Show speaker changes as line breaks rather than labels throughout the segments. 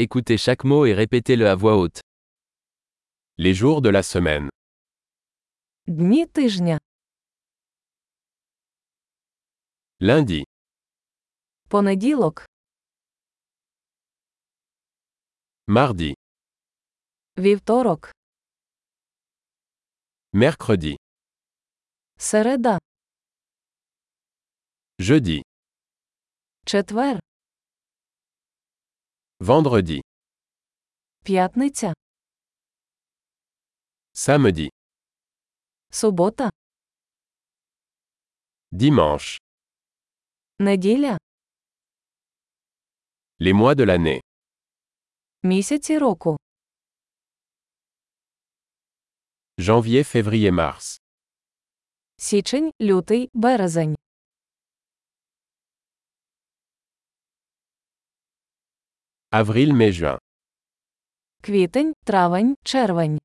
Écoutez chaque mot et répétez-le à voix haute.
Les jours de la semaine.
Дні тижня.
Lundi,
Понеділок,
mardi,
вівторок,
mercredi,
середа,
jeudi,
четвер,
vendredi,
п'ятниця,
samedi,
субота,
dimanche.
неділя,
Les mois de l'année.
місяці року.
Janvier, février, mars.
Січень, лютий, березень,
Avril, mai, juin.
квітень, травень, червень,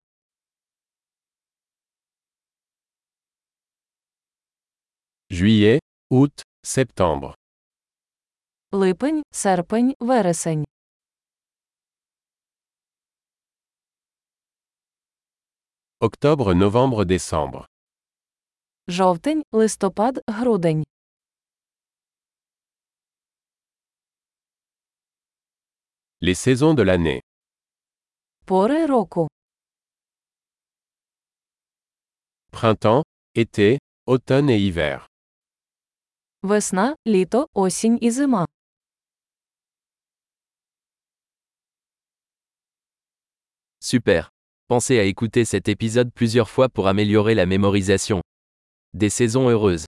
Juillet, août, septembre.
липень, серпень, вересень,
Octobre, novembre, décembre.
жовтень, листопад, грудень,
Les saisons de l'année.
пори року,
Printemps, été, automne et hiver.
весна, літо, осінь і зима,
Super. Pensez à écouter cet épisode plusieurs fois pour améliorer la mémorisation. Des saisons heureuses.